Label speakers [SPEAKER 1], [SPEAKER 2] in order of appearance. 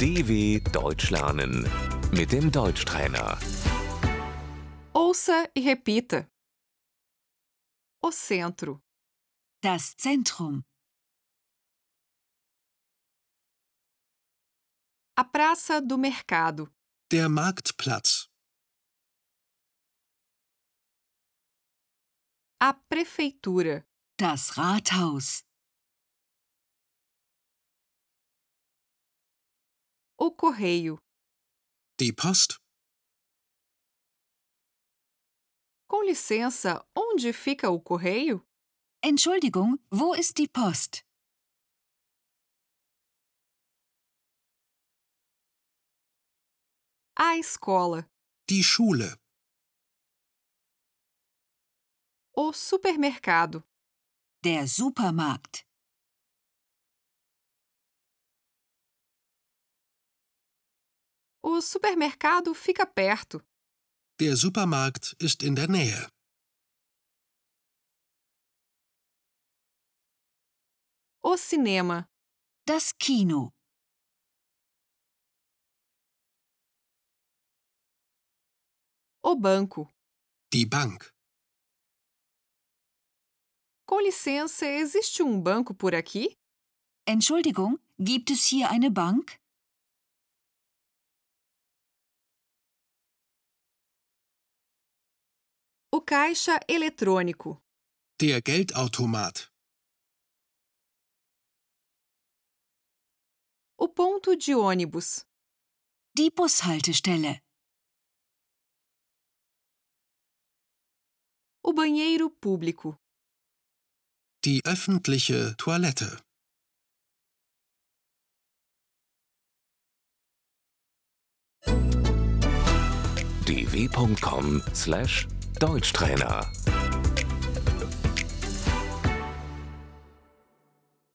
[SPEAKER 1] DW Deutsch lernen mit dem Deutschtrainer.
[SPEAKER 2] Ouça e repita. O centro,
[SPEAKER 3] Das Zentrum,
[SPEAKER 2] a praça do mercado,
[SPEAKER 4] Der Marktplatz.
[SPEAKER 2] a prefeitura,
[SPEAKER 3] das Rathaus,
[SPEAKER 2] o correio.
[SPEAKER 4] Die Post.
[SPEAKER 2] Com licença, onde fica o correio?
[SPEAKER 3] Entschuldigung, wo ist die Post?
[SPEAKER 2] A escola,
[SPEAKER 4] Die Schule.
[SPEAKER 2] o supermercado,
[SPEAKER 3] Der Supermarkt,
[SPEAKER 2] O supermercado fica perto.
[SPEAKER 4] Der Supermarkt ist in der Nähe.
[SPEAKER 2] O cinema,
[SPEAKER 3] das Kino,
[SPEAKER 2] o banco.
[SPEAKER 4] Die Bank.
[SPEAKER 2] Com licença, existe um banco por aqui?
[SPEAKER 3] Entschuldigung, gibt es hier eine Bank?
[SPEAKER 2] O caixa eletrônico,
[SPEAKER 4] Der Geldautomat.
[SPEAKER 2] o ponto de ônibus,
[SPEAKER 3] Die Bushaltestelle,
[SPEAKER 2] o banheiro público,
[SPEAKER 4] Die öffentliche Toilette.
[SPEAKER 1] dw.com/deutschtrainer